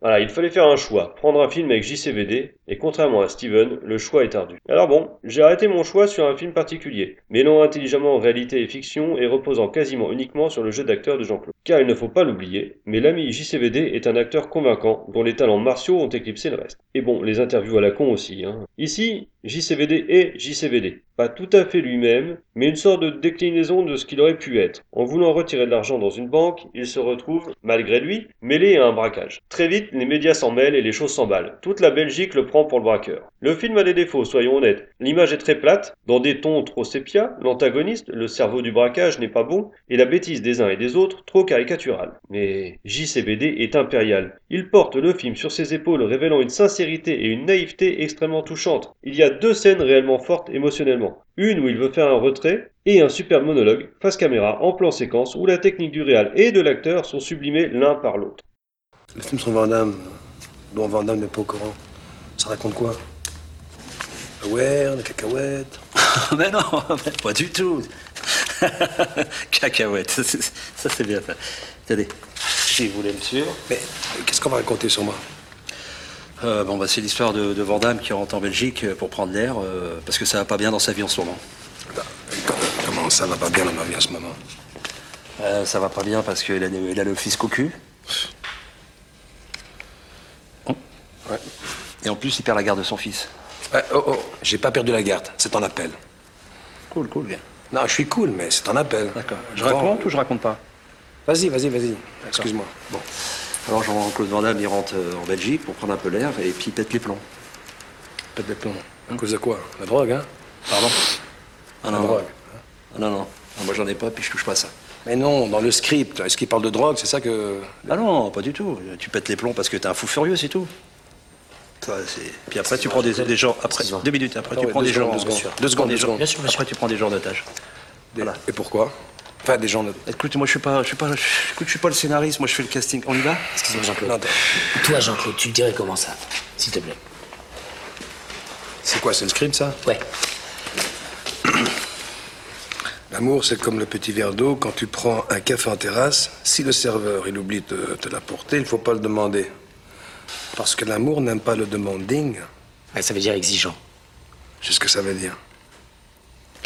Voilà, il fallait faire un choix, prendre un film avec JCVD, et contrairement à Steven, le choix est ardu. Alors bon, j'ai arrêté mon choix sur un film particulier, mêlant intelligemment réalité et fiction et reposant quasiment uniquement sur le jeu d'acteur de Jean-Claude. Car il ne faut pas l'oublier, mais l'ami JCVD est un acteur convaincant, dont les talents martiaux ont éclipsé le reste. Et bon, les interviews à la con aussi. Hein. Ici, JCVD est JCVD. Pas tout à fait lui-même, mais une sorte de déclinaison de ce qu'il aurait pu être. En voulant retirer de l'argent dans une banque, il se retrouve, malgré lui, mêlé à un braquage. Très vite, les médias s'en mêlent et les choses s'emballent. Toute la Belgique le prend pour le braqueur. Le film a des défauts, soyons honnêtes. L'image est très plate, dans des tons trop sépia, l'antagoniste, le cerveau du braquage n'est pas bon, et la bêtise des uns et des autres trop caricaturale. Mais JCVD est impérial. Il porte le film sur ses épaules, révélant une sincérité et une naïveté extrêmement touchantes. Il y a deux scènes réellement fortes émotionnellement. Une où il veut faire un retrait et un super monologue face caméra en plan séquence où la technique du réal et de l'acteur sont sublimées l'un par l'autre. Les films sont Vandamme. Dont Vandamme n'est pas au courant. Ça raconte quoi Ouais, des cacahuètes. mais non, mais pas du tout. cacahuètes, ça, c'est- ça c'est bien. ça. Attendez, si vous voulez me suivre. Mais qu'est-ce qu'on va raconter sur moi Euh, bon, bah, c'est l'histoire de, de Vandamme qui rentre en Belgique euh, pour prendre l'air, euh, parce que ça va pas bien dans sa vie en ce moment. Comment ça va pas bien dans ma vie en ce moment Euh, ça va pas bien parce qu'il a, il a le fisc au cul. Ouais. Oh. Et en plus, il perd la garde de son fils. Ouais, oh, oh, j'ai pas perdu la garde. C'est en appel. Cool, cool, bien. Non, je suis cool, mais c'est en appel. D'accord. Je Bon. raconte ou je raconte pas Vas-y, vas-y, vas-y. Excuse-moi. Bon. Alors, Jean-Claude Vandamme, il rentre euh, en Belgique pour prendre un peu l'air et puis il pète les plombs. Pète les plombs. À cause de quoi La drogue, hein Pardon Ah La non, non. drogue. Ah non, non. Ah, Moi, j'en ai pas, puis je touche pas à ça. Mais non, dans le script. Est-ce qu'il parle de drogue C'est ça que. Ah non, pas du tout. Tu pètes les plombs parce que t'es un fou furieux, c'est tout. Ça, c'est- Puis après, tu prends des, des gens. Après, deux minutes, après, Attends, tu ouais, prends deux des gens. secondes, deux bien secondes. sûr. Deux Tu prends secondes, des deux gens. secondes. Bien sûr, bien sûr. Après, tu prends des gens en otage. Des- Voilà. Et pourquoi Enfin, des gens. de- Écoute, moi, je suis pas, je suis pas, je- écoute, je suis pas le scénariste. Moi, je fais le casting. On y va Excuse-moi, Jean-Claude. Non, t'as- Toi, Jean-Claude, tu me dirais comment ça, s'il te plaît. C'est quoi C'est le script, ça Ouais. L'amour, c'est comme le petit verre d'eau. Quand tu prends un café en terrasse, si le serveur il oublie de te l'apporter, il faut pas le demander. Parce que l'amour n'aime pas le demanding. Ouais, ça veut dire exigeant. C'est ce que ça veut dire.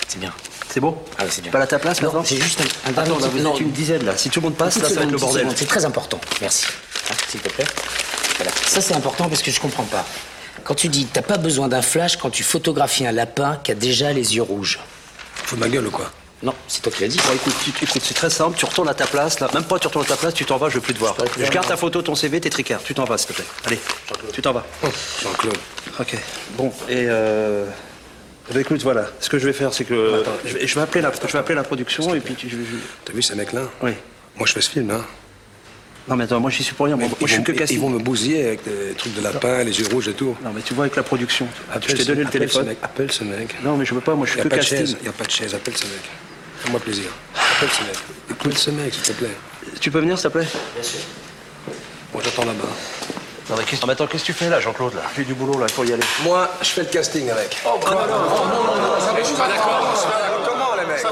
C'est bien. bah, C'est bon Ah, c'est bien. Pas à ta place Non, maintenant c'est juste un- un Attends, dernier là, petit- vous non. êtes une dizaine là. Si tout le monde passe, Petite là, ça va être seconde, le petite bordel. seconde, C'est très important. Merci. Hein, s'il te plaît. Voilà. Ça, c'est important parce que je comprends pas. Quand tu dis t'as pas besoin d'un flash quand tu photographies un lapin qui a déjà les yeux rouges. Faut de ma gueule ou quoi Non, c'est toi qui l'as dit. Bon, écoute, tu- écoute, c'est très simple. Tu retournes à ta place là. Même pas, tu retournes à ta place. Tu t'en vas. Je veux plus te voir. pas clair, Je garde non. ta photo, ton CV, tes tricards. Tu t'en vas, s'il te plaît. Allez, tu t'en vas. Jean-Claude. Ok. Bon, et euh... bah, écoute, voilà. Ce que je vais faire, c'est que je, vais, je vais appeler la, je vais appeler la production et puis tu, je, je- T'as vu ces mecs-là oui. Moi, je fais ce film, hein. Non mais attends, moi j'y suis pour rien. Moi, Ils moi, je suis vont- que Ils casting. vont me bousiller avec des trucs de lapin, les yeux rouges et tout. Non mais tu vois avec la production. Ah, je Appelle t'ai ce- donné le appelle téléphone. ce mec, Appelle ce mec. Non mais je veux pas. Moi Il je n'y suis a que pas de casting. chaise, il a pas de chaise. Appelle ce mec. Fais-moi plaisir. Appelle ce mec. Appelle ce mec, s'il te plaît. Tu peux venir s'il te plaît Bon, j'attends là-bas. Non mais, qu'est-ce- non, mais attends, qu'est-ce que tu fais là, Jean-Claude là J'ai du boulot là, il faut y aller. Moi, je fais le casting avec. Oh, non, non, non, Comment, les mecs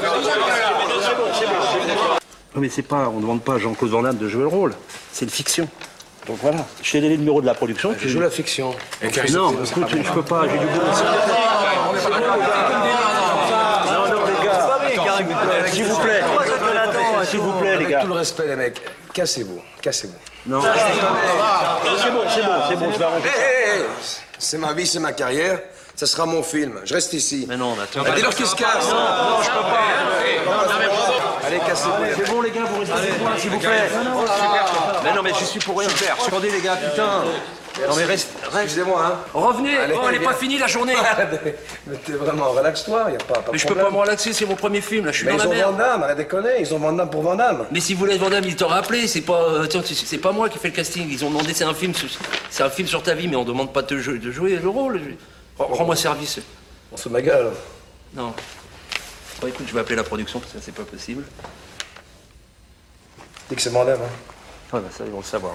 Non mais c'est pas, on demande pas à Jean-Claude Van Damme de jouer le rôle. C'est une fiction. Donc voilà. Je t'ai donné le numéro de la production. Je joue la fiction. Non, écoute, je peux pas, j'ai du boulot. Non, non, les gars, s'il vous plaît, s'il vous plaît, les Avec gars. tout le respect, les mecs, cassez-vous, cassez-vous. Non, c'est bon, c'est bon, c'est bon, je vais arranger. Hé, hé, hé C'est ma vie, c'est ma carrière, ça sera mon film. Je reste ici. Mais non, mais attends. Bah, Dis-leur qu'ils se cassent. Non, non, je peux pas. Allez, cassez-vous. C'est bon, les gars, vous restez sur moi, s'il vous plaît. Mais non, mais je suis pour rien. Attendez, les gars, putain. Non, mais reste. Excusez-moi, hein. Revenez Allez, Oh, elle n'est viens. pas finie la journée Mais t'es vraiment, relaxe-toi, y a pas, pas de Mais je peux problème. pas me relaxer, c'est mon premier film, là, je suis Mais dans ils la ont merde Vandame, arrête de déconner, ils ont Vandame pour Vandame. mais si vous voulez, Vandamme, il t'aurait appelé. C'est pas, euh, tiens, c'est- c'est pas moi qui fais le casting. Ils ont demandé, c'est un film, sur- c'est un film sur ta vie, mais on demande pas de, te jou- de jouer le rôle. Je- Rends- Rends-moi service. On se ma gueule. Non. Bon, écoute, je vais appeler la production parce que ça, c'est pas possible. Dis que c'est Vandame, hein. Ouais, bah ça, ils vont le savoir.